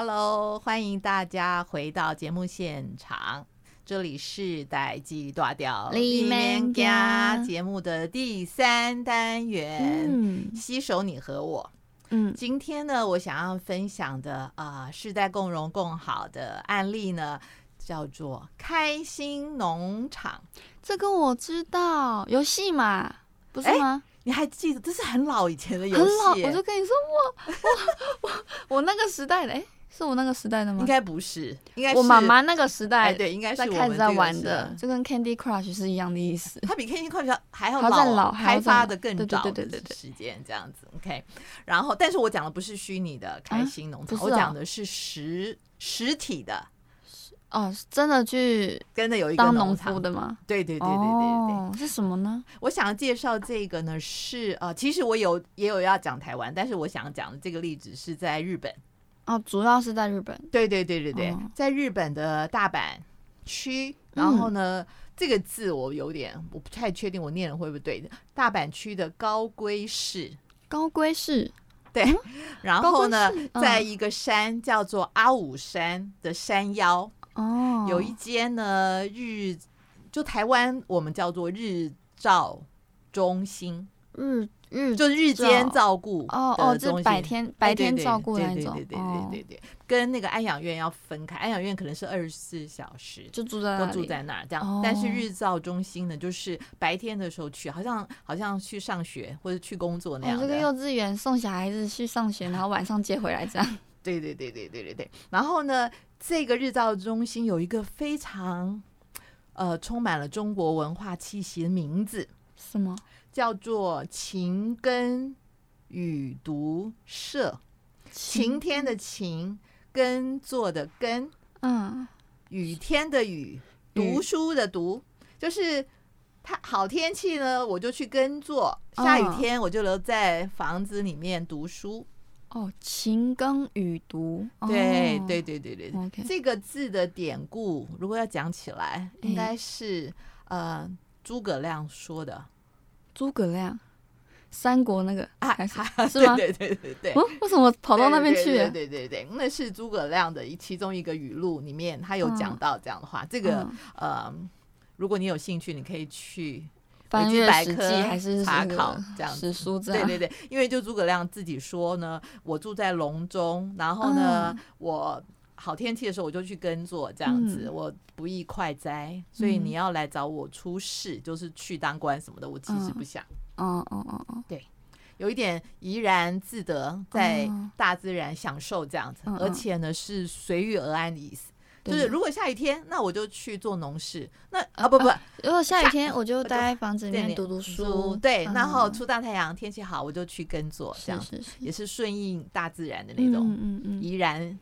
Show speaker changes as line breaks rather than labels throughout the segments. Hello，欢迎大家回到节目现场，这里是代际大调
里面家
节目的第三单元，
嗯
携手你和我。
嗯
今天呢，我想要分享的啊、呃世代共荣共好的案例呢，叫做开心农场。
这个我知道，游戏嘛，不是
哎
吗？
你还记得？这是很老以前的游
很老，
戏耶，
我就跟你说，我我我 我那个时代的，哎，是我那个时代的吗
应？该不是，应该是
我妈妈那个时
哎，
代
对，应该是啊
在
我
开
们
始
这
在
个
玩
时
的
代，
就跟 Candy Crush 是一样的意思。
它比 Candy Crush 还要
还要再
老，
老还
开
要再
发
老
的更
对对
早
对
的
对对对
时间这样子。OK，然后但是我讲的不是虚拟的开
啊
心农
不
场，我
是啊
讲的是实实体的，
哦，是真的去
跟着有一个
当农
场
夫。的吗？
对对对对对对对，
哦，是什么呢？
我想要介绍这个呢是呃，其实我有也有要讲台湾，但是我想讲的这个例子是在日本。
哦，主要是在日本。
对对对对对，
哦
在日本的大阪区，然后
嗯
呢，这个字我有点我不太确定我念的会不会对的，大阪区的高龟市，
高龟市，
然
高
后
龟
呢
市，嗯
在一个山叫做阿武山的山腰，
哦，
有一间呢日，就台湾我们叫做日照中心，
日日
就是日间照顾
哦哦，
的中
就是
心
白天白天
对对对
照顾的那
对
种，
对对对
哦
对对对对，跟那个安养院要分开，安养院可能是二十四小时。
就住在
都
那
住
里
在那儿，这样。
哦
但是日照中心呢，就是白天的时候去，好像好像去上学或者去工作那
哦
样，
这
的。
个幼稚园送小孩子去上学，然后晚上接回来这样。
对对对对对对对。然后呢，这个日照中心有一个非常呃充满了中国文化气息的名字，
什么？
叫做晴耕雨读社。晴天的晴，耕作的耕，
嗯，
雨天的雨，
雨
读书的读，就是。它好天气呢，我就去耕作；下雨
嗯
天我就留在房子里面读书。
哦，勤耕雨读。
对
哦
对对对对，
，OK，
这个字的典故，如果要讲起来，应
嗯
该是、呃诸葛亮说的
诸葛亮，三国那个
啊
还是
啊
是吗？
对对对对对。
哦，为什么跑到那边
对对
去？啊
对对对，对那是诸葛亮的一其中一个语录里面，他有讲
嗯
到这样的话。这
这
个呃，如果你有兴趣，你可以去
翻
基
阅
百
史
科
记还是
查
那个
考这样
史书这
对
样？
对对，因为就诸葛亮自己说呢，我住在隆中，然后呢，
嗯
我好天气的时候我就去耕作，这样子、
嗯
我不易快哉，所以你
嗯
要来找我出仕，就是去当官什么的，我其实
嗯
不想，
哦哦哦哦，
有一点怡然自得，在
哦
大自然享受这样子，
嗯
而
嗯
且呢是随遇而安的意思。就
对
是
的
如果下雨天，那我就去做农事。那啊不不，
如果下雨
下
天，我就
就
待在房子里
对
面读读书
书。对，
嗯
然后出大太阳，天气好我就去耕作，这
是
样子
是是
也是顺应大自然的那种。
嗯嗯嗯
怡然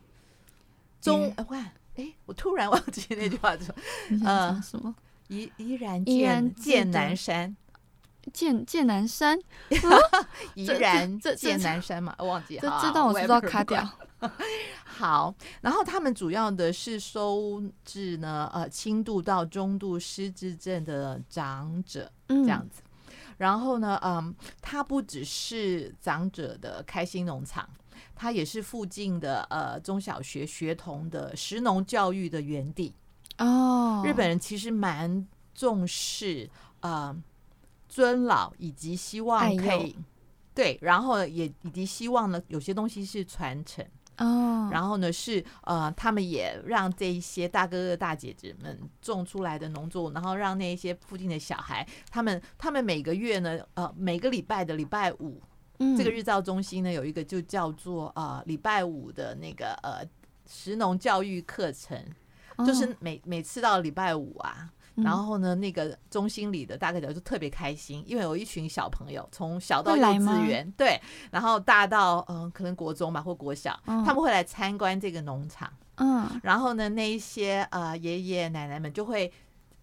中
怡，
哎、哇，哎，我突然忘记那句话说，
你想
呃
讲什么？
怡怡然
怡然
见
自
见
得
南山，
剑剑南山，
怡
这
然
这这
见
这
南山嘛，我忘记
这
好啊
这段我知道卡。
也不
掉
管。好，然后他们主要的是收治呢，呃，轻度到中度失智症的长者
嗯，
这样子。然后呢，嗯，它不只是长者的开心农场，它也是附近的呃中小学学童的食农教育的园地。
哦，
日本人其实蛮重视呃尊老，以及希望
爱幼
可以对，然后也以及希望呢，有些东西是传承，
哦，
然后呢是呃，他们也让这一些大哥哥大姐姐们种出来的农作物，然后让那一些附近的小孩，他们他们每个月呢，呃，每个礼拜的礼拜五，
嗯
这个日照中心呢有一个就叫做呃礼拜五的那个呃食农教育课程，就
哦
是每每次到礼拜五啊，
嗯
然后呢，那个中心里的大概角就特别开心，因为有一群小朋友，从小到
会
幼
来
稚
吗
园，对，然后大到嗯、呃可能国中吧或国小，
嗯
他们会来参观这个农场。
嗯
然后呢，那一些呃爷爷奶奶们就会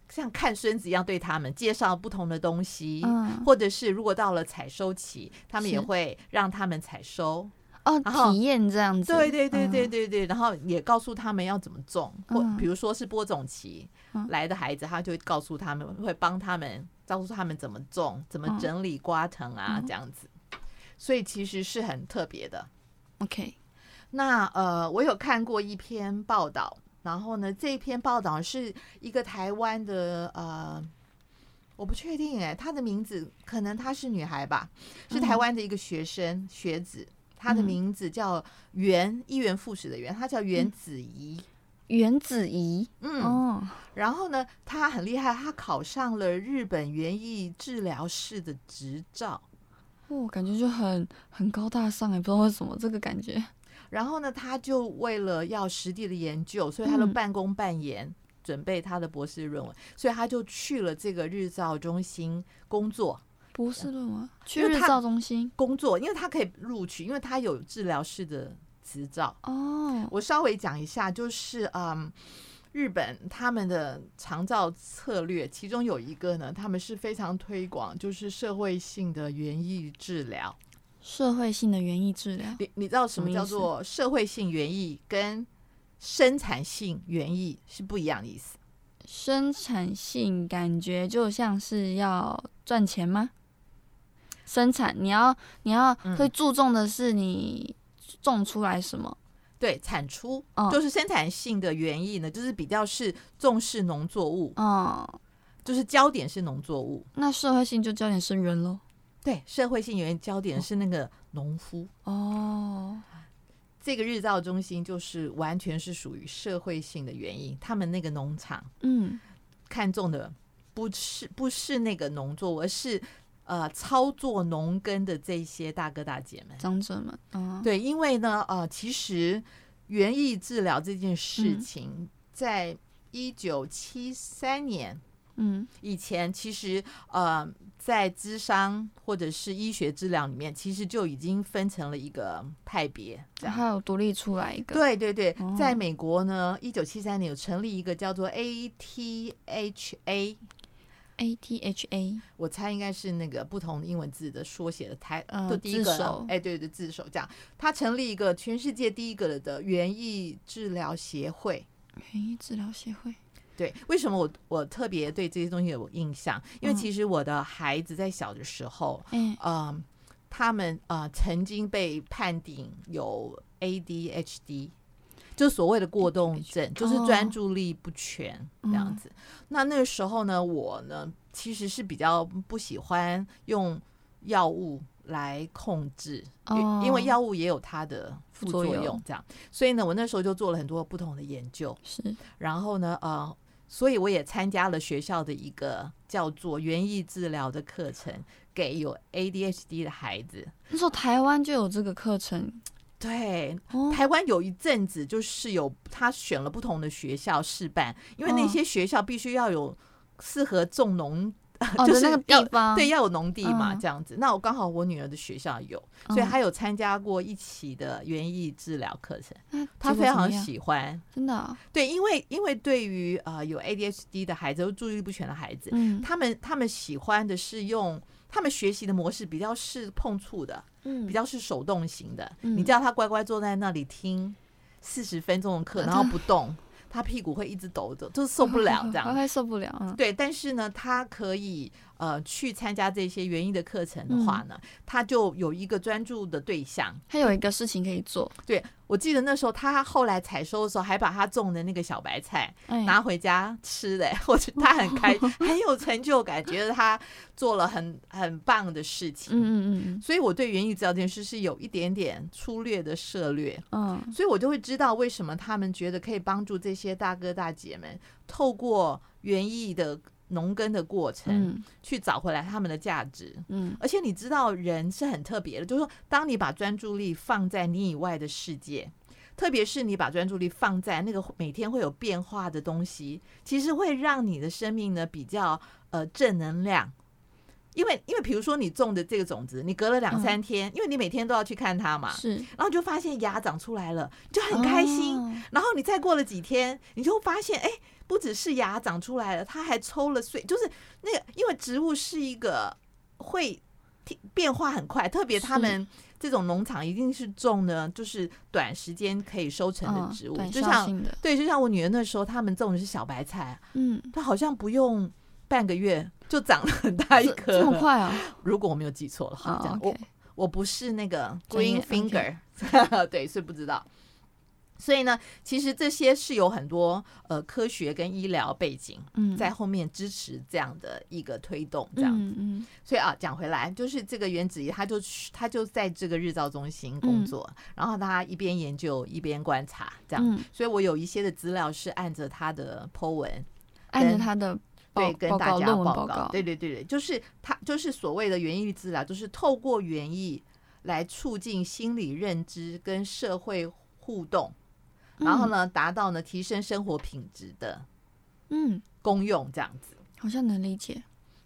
像看孙子一样对他们介绍不同的东西。
嗯
或者是如果到了采收期，他们也
是
会让他们采收，
哦
然后
体验这样子，
对对对
嗯
对，对对，然后也告诉他们要怎么种，或
嗯
比如说是播种期
嗯
来的孩子，他就会告诉他们，会帮他们告诉他们怎么种，怎么
嗯
整理瓜藤啊
嗯
这样子，所以其实是很特别的。
OK，
那呃，我有看过一篇报道，然后呢，这篇报道是一个台湾的呃，我不确定哎、她的名字可能她是女孩吧，是台
嗯
湾的一个学生、学子，她的
嗯
名字叫袁，一元复始的袁，她叫袁
嗯
子怡。
袁子怡，
嗯，
哦，
然后呢，她很厉害，她考上了日本园艺治疗师的执照。
哦，感觉就很很高大上，欸也不知道为什么这个感觉。
然后呢，他就为了要实地的研究，所以他就
嗯
半工半研、准备他的博士论文，所以他就去了这个日照中心工作。
博士论文去
因为
日
他
照中心
工作，因为他可以录取，因为他有治疗师的执照。
哦，
我稍微讲一下，就是嗯，日本他们的长照策略，其中有一个呢，他们是非常推广就是社会性的园艺治疗。
社会性的园艺治疗。
你你知道什么
什么意
叫
思
做社会性园艺跟生产性园艺是不一样的意思？
生产性感觉就像是要赚钱吗？生产你要你要
嗯
会注重的是你种出来什么，
对，产出、
哦
就是生产性的园艺呢，就是比较是重视农作物，
嗯，
就是焦点是农作物。
那社会性就焦点生源喽。
对，社会性园艺焦点是那个农夫。
哦，
这个日照中心就是完全是属于社会性的原因，他们那个农场
嗯，
看重的不是不是那个农作物，而是呃操作农耕的这些大哥大姐们。
长者们，嗯，
对，因为呢，呃，其实园艺治疗这件事
嗯
情，在一九七三年
嗯，
以前，其实呃，在智商或者是医学治疗里面，其实就已经分成了一个派别，这样
还有独立出来一个，
对对对，
哦
在美国呢，一九七三年有成立一个叫做 ATHA，
，A T H A，
我猜应该是那个不同英文字的缩写的台，
嗯
就第一个
自
了
首，
哎，对对，自首这样。他成立一个全世界第一个的园艺治疗协会。
园艺治疗协会，
对，为什么我我特别对这些东西有印象？因为
嗯
其实我的孩子在小的时候，
哎、
嗯，他们呃曾经被判定有 ADHD，就所谓的过动症，就是专注力不全
哦
这样子。那那个时候呢，我呢其实是比较不喜欢用药物来控制，
哦
因因为药物也有它的副
副作
作
用
用，这样。所以呢，我那时候就做了很多不同的研究，
是，
然后呢，呃。所以我也参加了学校的一个叫做园艺治疗的课程，给有 ADHD 的孩子。
那时候台湾就有这个课 程，
对，
哦，
台湾有一阵子就是有他选了不同的学校试办，因为那
嗯
些学校必须要有适合种农，
哦
就是
的那个
要
地方，
对，，要有农地嘛，
嗯
这样子。那我刚好我女儿的学校有，所以
嗯
她有参加过一期的园艺治疗课程，
那
她非
结果怎么
常
样
喜欢。
真的啊、
对，因为因为对于呃有 ADHD 的孩子，或注意力不全的孩子，
嗯
他们他们喜欢的是用他们学习的模式比较是碰触的，
嗯
比较是手动型的。
嗯
你叫他乖乖坐在那里听四十分钟的课，
啊
然后不动，他屁股会一直抖着，就是受不 了这样。
快受不了，嗯，
对，但是呢，他可以呃去参加这些园艺的课程的
嗯
话呢，他就有一个专注的对象。
他有一个事情可以做，
对我记得那时候他后来采收的时候，还把他种的那个小白菜
哎，
拿回家吃的、 我觉得他很 开，很有成就感，觉得他做了很很棒的事情。
嗯嗯嗯
所以我对园艺治疗这件事是有一点点粗略的涉略，
嗯嗯，
所以我就会知道为什么他们觉得可以帮助这些大哥大姐们透过园艺的农耕的过程
嗯
去找回来他们的价值。
嗯
而且你知道，人是很特别的，就是说，当你把专注力放在你以外的世界，特别是你把专注力放在那个每天会有变化的东西，其实会让你的生命呢比较呃正能量。因为因为比如说你种的这个种子，你隔了两
嗯
三天，因为你每天都要去看它嘛，
是
然后就发现芽长出来了，就嗯很开心。
哦
然后你再过了几天，你就发现，哎，不只是芽长出来了，它还抽了穗，就是那个，因为植物是一个会替变化很快，特别他
是
们这种农场一定是种呢，就是短时间可以收成的
嗯
植物，
短
就
效
像
性的，
对，就像我女儿那时候，他们种的是小白菜，
嗯，
它好像不用半个月就长了很大一
这
颗
这么
了，
快 啊？
如果我没有记错的话，这
哦
样我
，OK，
我不是那个
专
green
业
finger，对，所以不知道。所以呢，其实这些是有很多呃科学跟医疗背景
嗯，
在后面支持这样的一个推动，这样子。
嗯嗯
所以啊，讲回来，就是这个原子仪，他就去他就在这个日照中
嗯
心工作，然后他一边研究一边观察，这样。
嗯
所以我有一些的资料是按着他的 po 文，
按照
跟
他的报
对，跟
报
大
告
家
论文
报
告，
对对对对，就是他就是所谓的园艺治疗，就是透过园艺来促进心理认知跟社会互动，然
嗯
后呢，达到呢提升生活品质的
嗯，嗯，
功用，这样子。
好像能理解，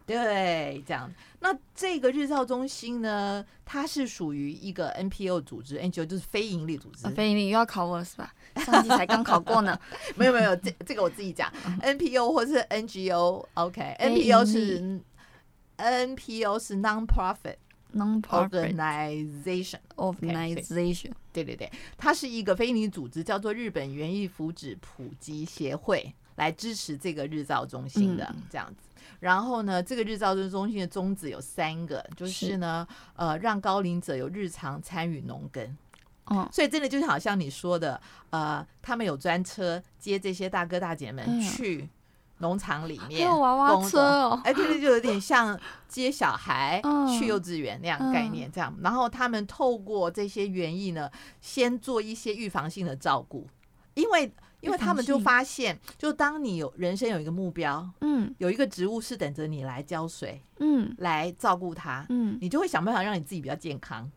对，这样。那这个日照中心呢，它是属于一个 NPO 组织，NGO 就是非营利组织。
啊，飞你又要考我是吧？上季才刚考 过呢，
没有没有，这这个我自己讲，NPO 或是 NGO，OK，NPO、
哦非
NPO
营利
是 NPO 是 non-profit
non-profit
organization。
organization，
对对对，它是一个非营利组织，叫做日本园艺福祉普及协会，来支持这个日照中心的、
嗯
这样子。然后呢，这个日照中心的宗旨有三个，就是
是
呢，呃，让高龄者有日常参与农耕。
哦，
所以真的就是好像你说的，呃，他们有专车接这些大哥大姐们
嗯
去农场里
还
面
有娃娃
工
车
作
哦，
哎，对对，就有点像接小孩
嗯
去幼稚园那样概念，这样。然后他们透过这些园艺呢，先做一些预防性的照顾，因为因为他们就
预防性
发现，就当你有人生有一个目标，
嗯
有一个植物是等着你来浇水、
嗯
来照顾它，
嗯，
你就会想办法让你自己比较健康。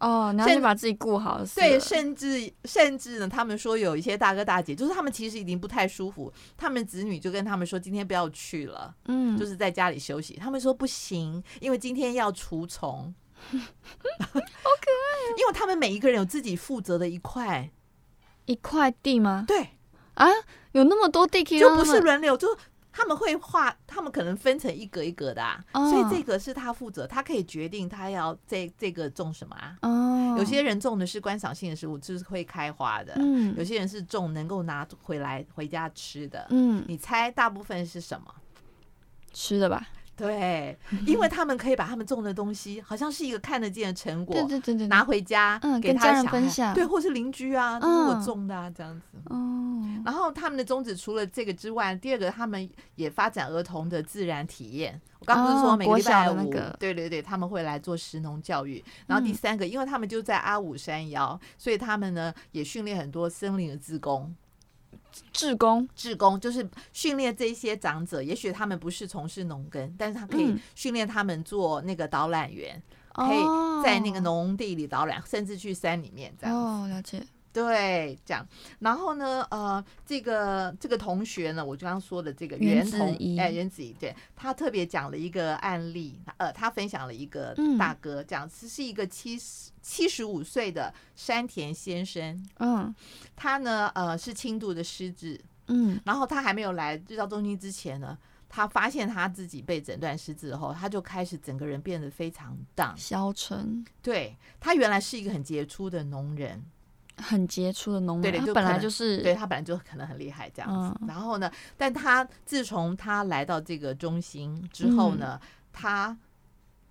哦，然后
甚
你把自己顾好，是
对，
了
甚至甚至呢，他们说有一些大哥大姐，就是他们其实已经不太舒服，他们子女就跟他们说今天不要去了。
嗯，
就是在家里休息。他们说不行，因为今天要除 虫。好
哦
可爱、因为他们每一个人有自己负责的一块，
一块地吗？
对，
啊，有那么多地可以
就
让
不
他
是
们
轮流，就他们会画，他们可能分成一格一格的、啊，
哦
所以这个是他负责，他可以决定他要这这个种什么啊。
哦，
有些人种的是观赏性的食物，就是会开花的；
嗯
有些人是种能够拿回来回家吃的。
嗯
你猜大部分是什么？
吃的吧，
对，因为他们可以把他们种的东西，好像是一个看得见的成果，
对对对对，
拿回家，
嗯
给
跟
他的
家人
小
分
孩
享
对，或是邻居啊，这是我
嗯
种的啊，这样子。
哦，
然后他们的宗旨除了这个之外，第二个他们也发展儿童的自然体验。我刚不是
哦
说每个
国
礼拜
小
五，
的那个
对对对，他们会来做食农教育。然后第
嗯
三个，因为他们就在阿武山腰，所以他们呢也训练很多森林的志工。
志工，
志工就是训练这些长者，也许他们不是从事农耕，但是他可以
嗯
训练他们做那个导览员，可
哦
以在那个农地里导览，甚至去山里面这样子。
哦，了解，
对，这样。然后呢，呃，这个这个同学呢，我刚刚说的这个
袁
袁
子
同
怡
哎，袁子怡，对他特别讲了一个案例，呃，他分享了一个
嗯
大哥，这样是是一个七十七十五岁的山田先生，
嗯
他呢，呃，是轻度的失智，
嗯
然后他还没有来日照中心之前呢。他发现他自己被诊断失智后，他就开始整个人变得非常 down。
消沉。
对他原来是一个很杰出的农人，
很杰出的农
对对
民，他
就
本
可
来
能
就是
对他本来就可能很厉害这样子。
嗯
然后呢，但他自从他来到这个中心之
嗯
后呢，他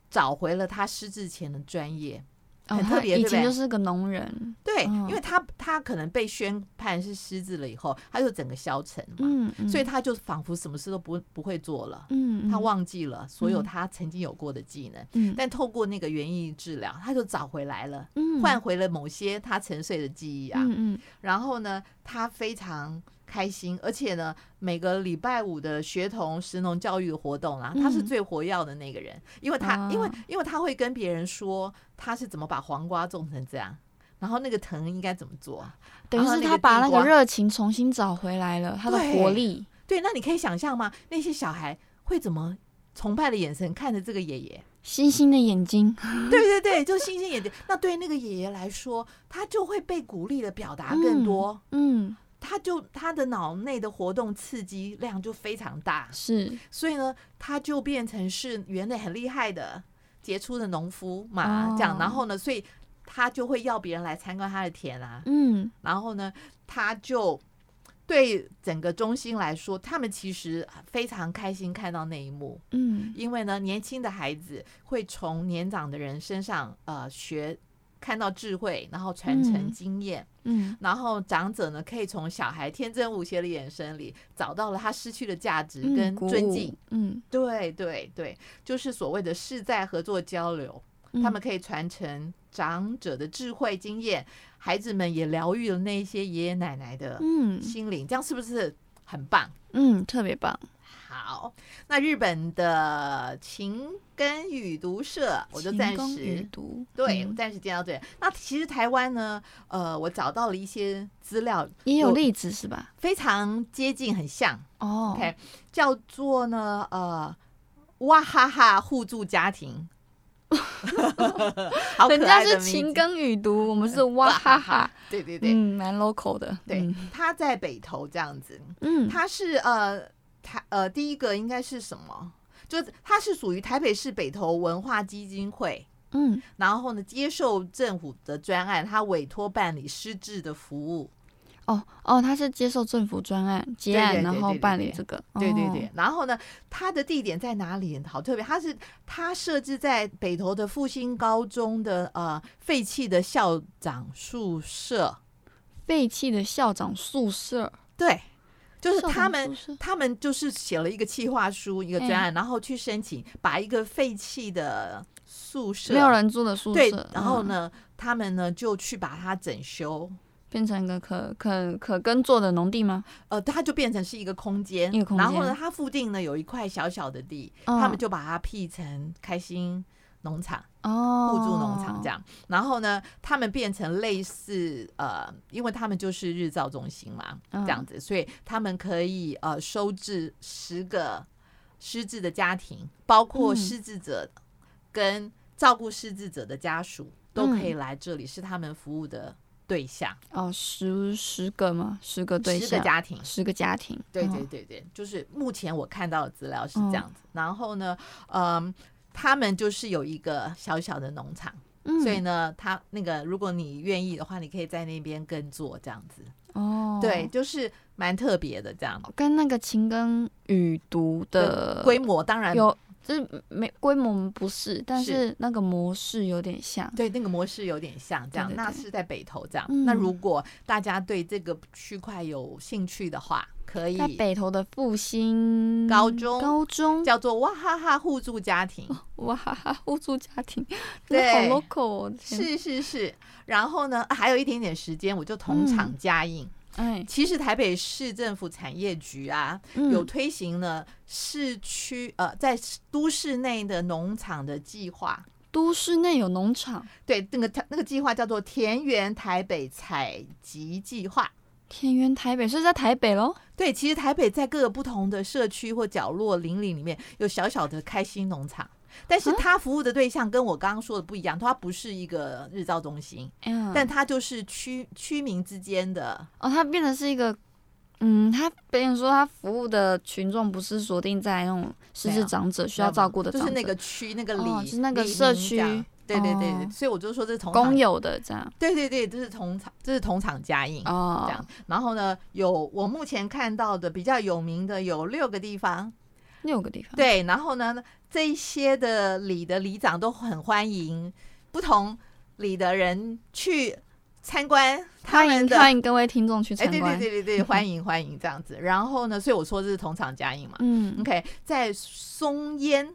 找回了他失智前的专业。
哦
很
他
特别
以
对不
前
对
就是个农人，
对，
嗯
因为他他可能被宣判是失智了以后，他就整个消沉嘛，
嗯，嗯
所以他就仿佛什么事都不不会做了。
嗯，
他
嗯，
忘记了所有
嗯
他曾经有过的技能，
嗯
但透过那个园艺治疗，他就找回来了，
嗯
换回了某些他沉睡的记忆啊。
嗯嗯
然后呢，他非常开心，而且呢，每个礼拜五的学童食农教育活动啊，
嗯
他是最活跃的那个人，因为他、
啊
因为因为他会跟别人说他是怎么把黄瓜种成这样，然后那个藤应该怎么做。
等于
然后
是
那
他
个
把
地
那个
瓜
热情重新找回来了，他的活
对
力，
对，那你可以想象吗？那些小孩会怎么？崇拜的眼神看着这个爷爷，
星星的眼睛，
对对对，就星星眼睛。那对那个爷爷来说，他就会被鼓励的表达更多，
嗯，
他就他的脑内的活动刺激量就非常大。
是
所以呢，他就变成是原来很厉害的杰出的农夫嘛，
哦
这样，然后呢，所以他就会要别人来参观他的田啊，
嗯
然后呢，他就对整个中心来说，他们其实非常开心看到那一幕，
嗯
因为呢，年轻的孩子会从年长的人身上呃学看到智慧，然后传承
嗯
经验，
嗯
然后长者呢可以从小孩天真无邪的眼神里找到了他失去的价值
嗯，
跟
鼓
尊
舞
敬。，
嗯，
对对对，就是所谓的世代合作交流，
嗯
他们可以传承长者的智慧经验，孩子们也疗愈了那些爷爷奶奶的
嗯
心灵，这样是不是很棒？
嗯特别棒，
好，那日本的情根语读社，我就
勤
暂
工于
时
读，
对，我
嗯
暂时介绍这里。那其实台湾呢，呃，我找到了一些资料，
也有
我
例子是吧？
非常接近，很像，
哦
OK 叫做呢，呃，哇哈哈互助家庭，好可
哦人家
爱的
是
名
勤
字嗯
耕雨读，我们是哇哈哈，
对对对、
嗯，蛮 local 的，
对
嗯，
他在北投这样子，
嗯，
他是呃台呃第一个应该是什么？就是他是属于台北市北投文化基金会，
嗯，
然后呢接受政府的专案，他委托办理失智的服务，
哦哦，他是接受政府专案结
对
案，
对
然
对
后
对
办
对
理这个，
对对
哦
对，，然后呢，它的地点在哪里？好特别，它是它设置在北投的复兴高中的呃废弃的校长宿舍，
废弃的校长宿舍，
对，就是
校
他
长
们
宿舍
他们就是写了一个企划书，一个专
嗯
案，然后去申请把一个废弃的宿舍
没有人住的宿
对
舍，，
然后
嗯
呢，他们呢就去把它整修，
变成一个可可可耕作的农地吗？
呃，它就变成是一个空间，
一个空
然后呢，
间
它附近呢有一块小小的地，
嗯
他们就把它辟成开心农场。
哦，
互助农场这，样。然后呢，他们变成类似呃，因为他们就是日照中心嘛，
嗯
这样子，所以他们可以呃收治十个失智的家庭，包括
嗯
失智者跟照顾失智者的家属都可
嗯
以来这里，是他们服务的对象，
哦，十十个吗？十个呃对
十个
象，
家庭。
十个家庭，
对
嗯
对，对对，就是目前我看到的资料是这样子。然后呢，嗯，他们就是有一个小小的农场。
嗯，
所以呢，他那个如果你愿意的话，你可以在那边耕作这样子，
哦，
对，，就是蛮特别的这样。
跟那个勤耕雨读的
规模当然
有，就是没规模不是，但
是
是那个模式有点像，
对那个模式有点像这样，
对对
那
对
是在北投这样。
嗯
那如果大家对这个区块有兴趣的话，可以
在北投的复兴
高中
高中
叫做哇哈哈互助家庭，
哇哈哈互助家庭，真的
对
好 local 哦，我的天，
是是是。然后呢，还有一点点时间，我就
嗯
同场加映。
哎，
其实台北市政府产业局啊，
嗯
有推行了市区呃在都市内的农场的计划。
都市内有农场，
对，那个那个计划叫做田园台北采集计划。
田园台北是在台北喽，
对，其实台北在各个不同的社区或角落邻里里面有小小的开心农场，但是
啊
它服务的对象跟我刚刚说的不一样，它不是一个日照中心，
嗯，
但它就是区区民之间的
哦，它变成是一个，嗯，它别人说它服务的群众不是锁定在那种失
没有
智长者需要照顾的
就
长者，
是那个区那个里，
哦就是那个
里民
社区
这样对对对对，
哦
所以我就说这是同
公
行
有的这样
对对对，这是同场，这是同场加映。这
哦
样，，然后呢，有我目前看到的比较有名的有六个地方，
六个地方，
对，然后呢，这一些的里的里长都很欢迎不同里的人去参观他
欢
们
迎
的，
欢迎各位听众去
哎，
参
对
观，
对对对对，欢迎欢迎这样子。然后呢，所以我说这是同场加映嘛。
嗯，
OK，在松烟，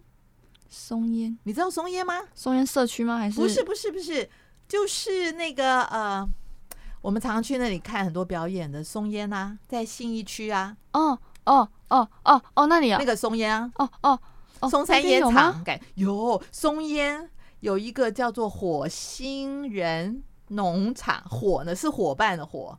松烟
你知道松烟吗？
松烟社区吗？还是
不是不是不是，就是那个呃，我们常常去那里看很多表演的松烟啊，在信义区啊，
哦哦哦哦哦那里啊
那，个松烟啊，
哦哦哦，
松
那
山
边
烟
有吗？
厂，感有松烟有一个叫做火星人农场，火呢是伙伴的火，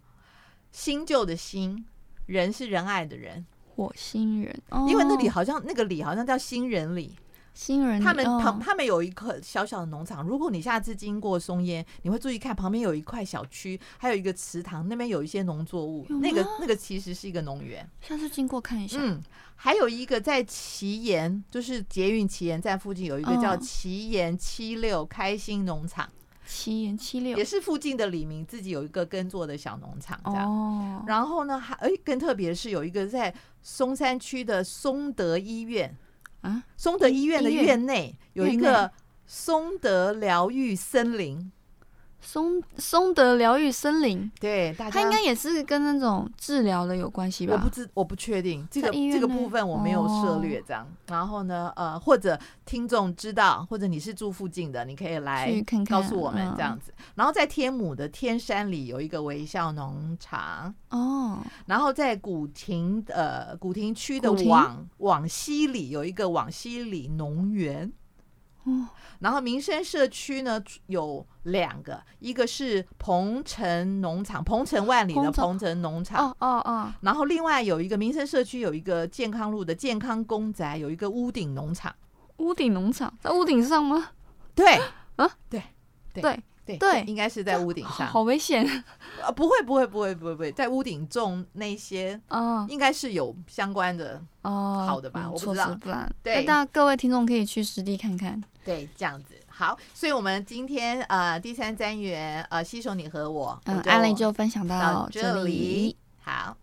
新旧的新。人是仁爱的人，
火星人，哦、
因为那里好像那个里好像叫新人里，
新人
他们
哦
旁他们有一个小小的农场，如果你下次经过松烟，你会注意看旁边有一块小区，还有一个池塘，那边有一些农作物
有，吗
那个那个其实是一个农园。
下次经过看一下，
嗯，还有一个在旗岩，就是捷运旗岩站附近有一个
嗯
叫旗岩七六开心农场，
七元七六
也是附近的李明自己有一个耕作的小农场这样。
哦，
然后呢，还哎更特别的是有一个在松山区的松德医院，
啊，
松德医院的
医院
院内有一
院内
个松德疗愈森林，
松松德疗愈森林，
对，大家
它应该也是跟那种治疗的有关系
我
吧
不？知我不确定这
在
个
医
这
院
个
内
部分我没有涉
哦
略这样。然后呢，呃，或者听众知道，或者你是住附近的，你可以来
去看看，嗯
告诉我们这样子。然后在天母的天山里有一个微笑农场，
嗯。哦，
然后在古亭呃古亭区的
古亭
往往西里有一个往西里农园。
哦，
然后民生社区呢有两个，一个是鹏城农场，鹏城万里的
鹏城
鹏城农场，
哦哦哦，
然后另外有一个民生社区有一个健康路的健康公宅，有一个屋顶农场。
屋顶农场在屋顶上吗？
对对
啊对，
对
对
应该是在屋顶
好
上。
好 危险
呃，不会不会不会不会不会，在屋顶种那些
哦
应该是有相关的，
哦，
好的吧
嗯
我不
措
知道
施不然，
对
那大家各位听众可以去实地看看。
对，这样子。好，所以我们今天呃第三单元呃携手你和我，
嗯
我，
案例就分享
到
到
这
这里。
好。